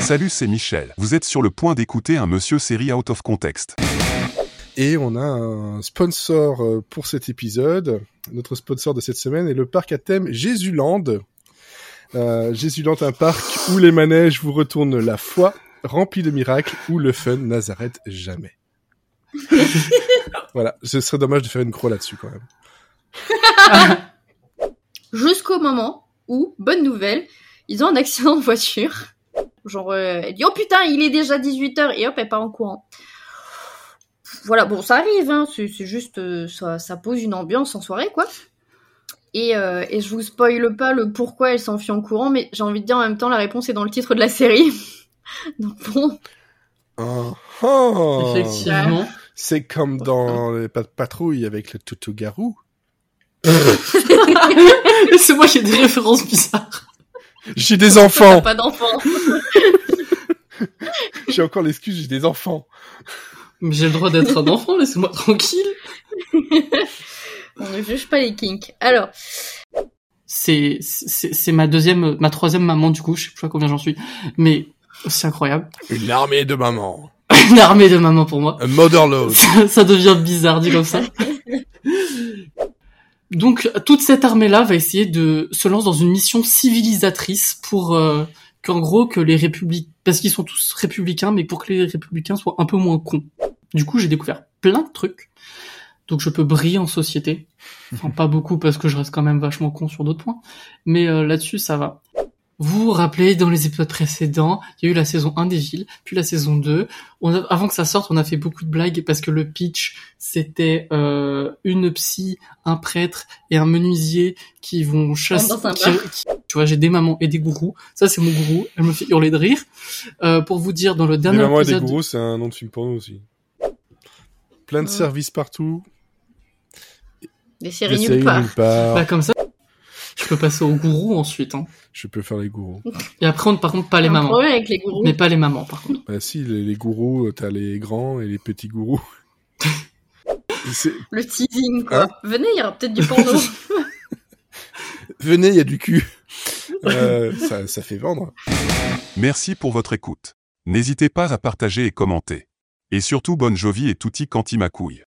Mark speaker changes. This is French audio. Speaker 1: Salut, c'est Michel. Vous êtes sur le point d'écouter un monsieur série out of context.
Speaker 2: Et on a un sponsor euh, pour cet épisode. Notre sponsor de cette semaine est le parc à thème Jésuland. Euh, Jésuland, un parc où les manèges vous retournent la foi, rempli de miracles, où le fun n'arrête jamais. voilà, ce serait dommage de faire une croix là-dessus quand même.
Speaker 3: Jusqu'au moment où, bonne nouvelle, ils ont un accident de voiture. Genre, euh, elle dit, oh putain, il est déjà 18h, et hop, elle part en courant. Voilà, bon, ça arrive, hein, c'est c'est juste, euh, ça, ça pose une ambiance en soirée, quoi. Et, euh, et je vous spoile pas le pourquoi elle s'enfuit en courant, mais j'ai envie de dire en même temps, la réponse est dans le titre de la série. Donc bon,
Speaker 2: Ah, ah.
Speaker 4: Effectivement.
Speaker 2: C'est comme dans les pat- patrouilles avec le toutou garou.
Speaker 4: C'est moi j'ai des références bizarres.
Speaker 2: J'ai des
Speaker 3: t'as
Speaker 2: enfants.
Speaker 3: pas d'enfant.
Speaker 2: J'ai encore l'excuse, j'ai des enfants.
Speaker 4: Mais j'ai le droit d'être un enfant, laissez-moi tranquille.
Speaker 3: On ne juge pas les kinks. Alors,
Speaker 4: C'est c'est c'est ma deuxième, ma troisième maman du coup, je sais plus à combien j'en suis, mais c'est incroyable.
Speaker 2: Une armée de mamans.
Speaker 4: Une armée de mamans pour moi.
Speaker 2: Un motherload.
Speaker 4: ça, ça devient bizarre dit comme ça. Donc toute cette armée-là va essayer de se lancer dans une mission civilisatrice pour euh, qu'en gros que les républicains, parce qu'ils sont tous républicains, mais pour que les républicains soient un peu moins cons. Du coup, j'ai découvert plein de trucs, donc je peux briller en société. Enfin, pas beaucoup parce que je reste quand même vachement con sur d'autres points, mais euh, là-dessus ça va. Vous vous rappelez, dans les épisodes précédents, il y a eu la saison 1 des villes, puis la saison 2. On a- avant que ça sorte, on a fait beaucoup de blagues parce que le pitch, c'était euh, une psy, un prêtre et un menuisier qui vont chasser.
Speaker 3: Dans un
Speaker 4: qui- qui- tu vois, j'ai des mamans et des gourous. Ça, c'est mon gourou. Elle me fait hurler de rire. Euh, pour vous dire, dans le
Speaker 2: Des
Speaker 4: dernier
Speaker 2: mamans et des
Speaker 4: épisode,
Speaker 2: gourous, c'est un nom de film porno aussi. Plein de
Speaker 3: Ouais.
Speaker 2: services partout.
Speaker 3: les
Speaker 2: Des
Speaker 3: séries nulle part.
Speaker 2: nulle part.
Speaker 4: bah, comme ça, je peux passer au gourou ensuite. Hein.
Speaker 2: Je peux faire les gourous.
Speaker 4: Et après, on ne par contre pas les
Speaker 3: Un
Speaker 4: mamans.
Speaker 3: problème avec les gourous.
Speaker 4: Mais pas les mamans, par contre.
Speaker 2: Bah si, les, les gourous, euh, t'as les grands et les petits gourous. C'est-
Speaker 3: Le teasing, quoi.
Speaker 2: Hein
Speaker 3: Venez, il y aura peut-être du porno.
Speaker 2: Venez, il y a du cul. Euh, ça, ça fait vendre.
Speaker 1: Merci pour votre écoute. N'hésitez pas à partager et commenter. Et surtout, bonne jovie et touti quanti ma couille.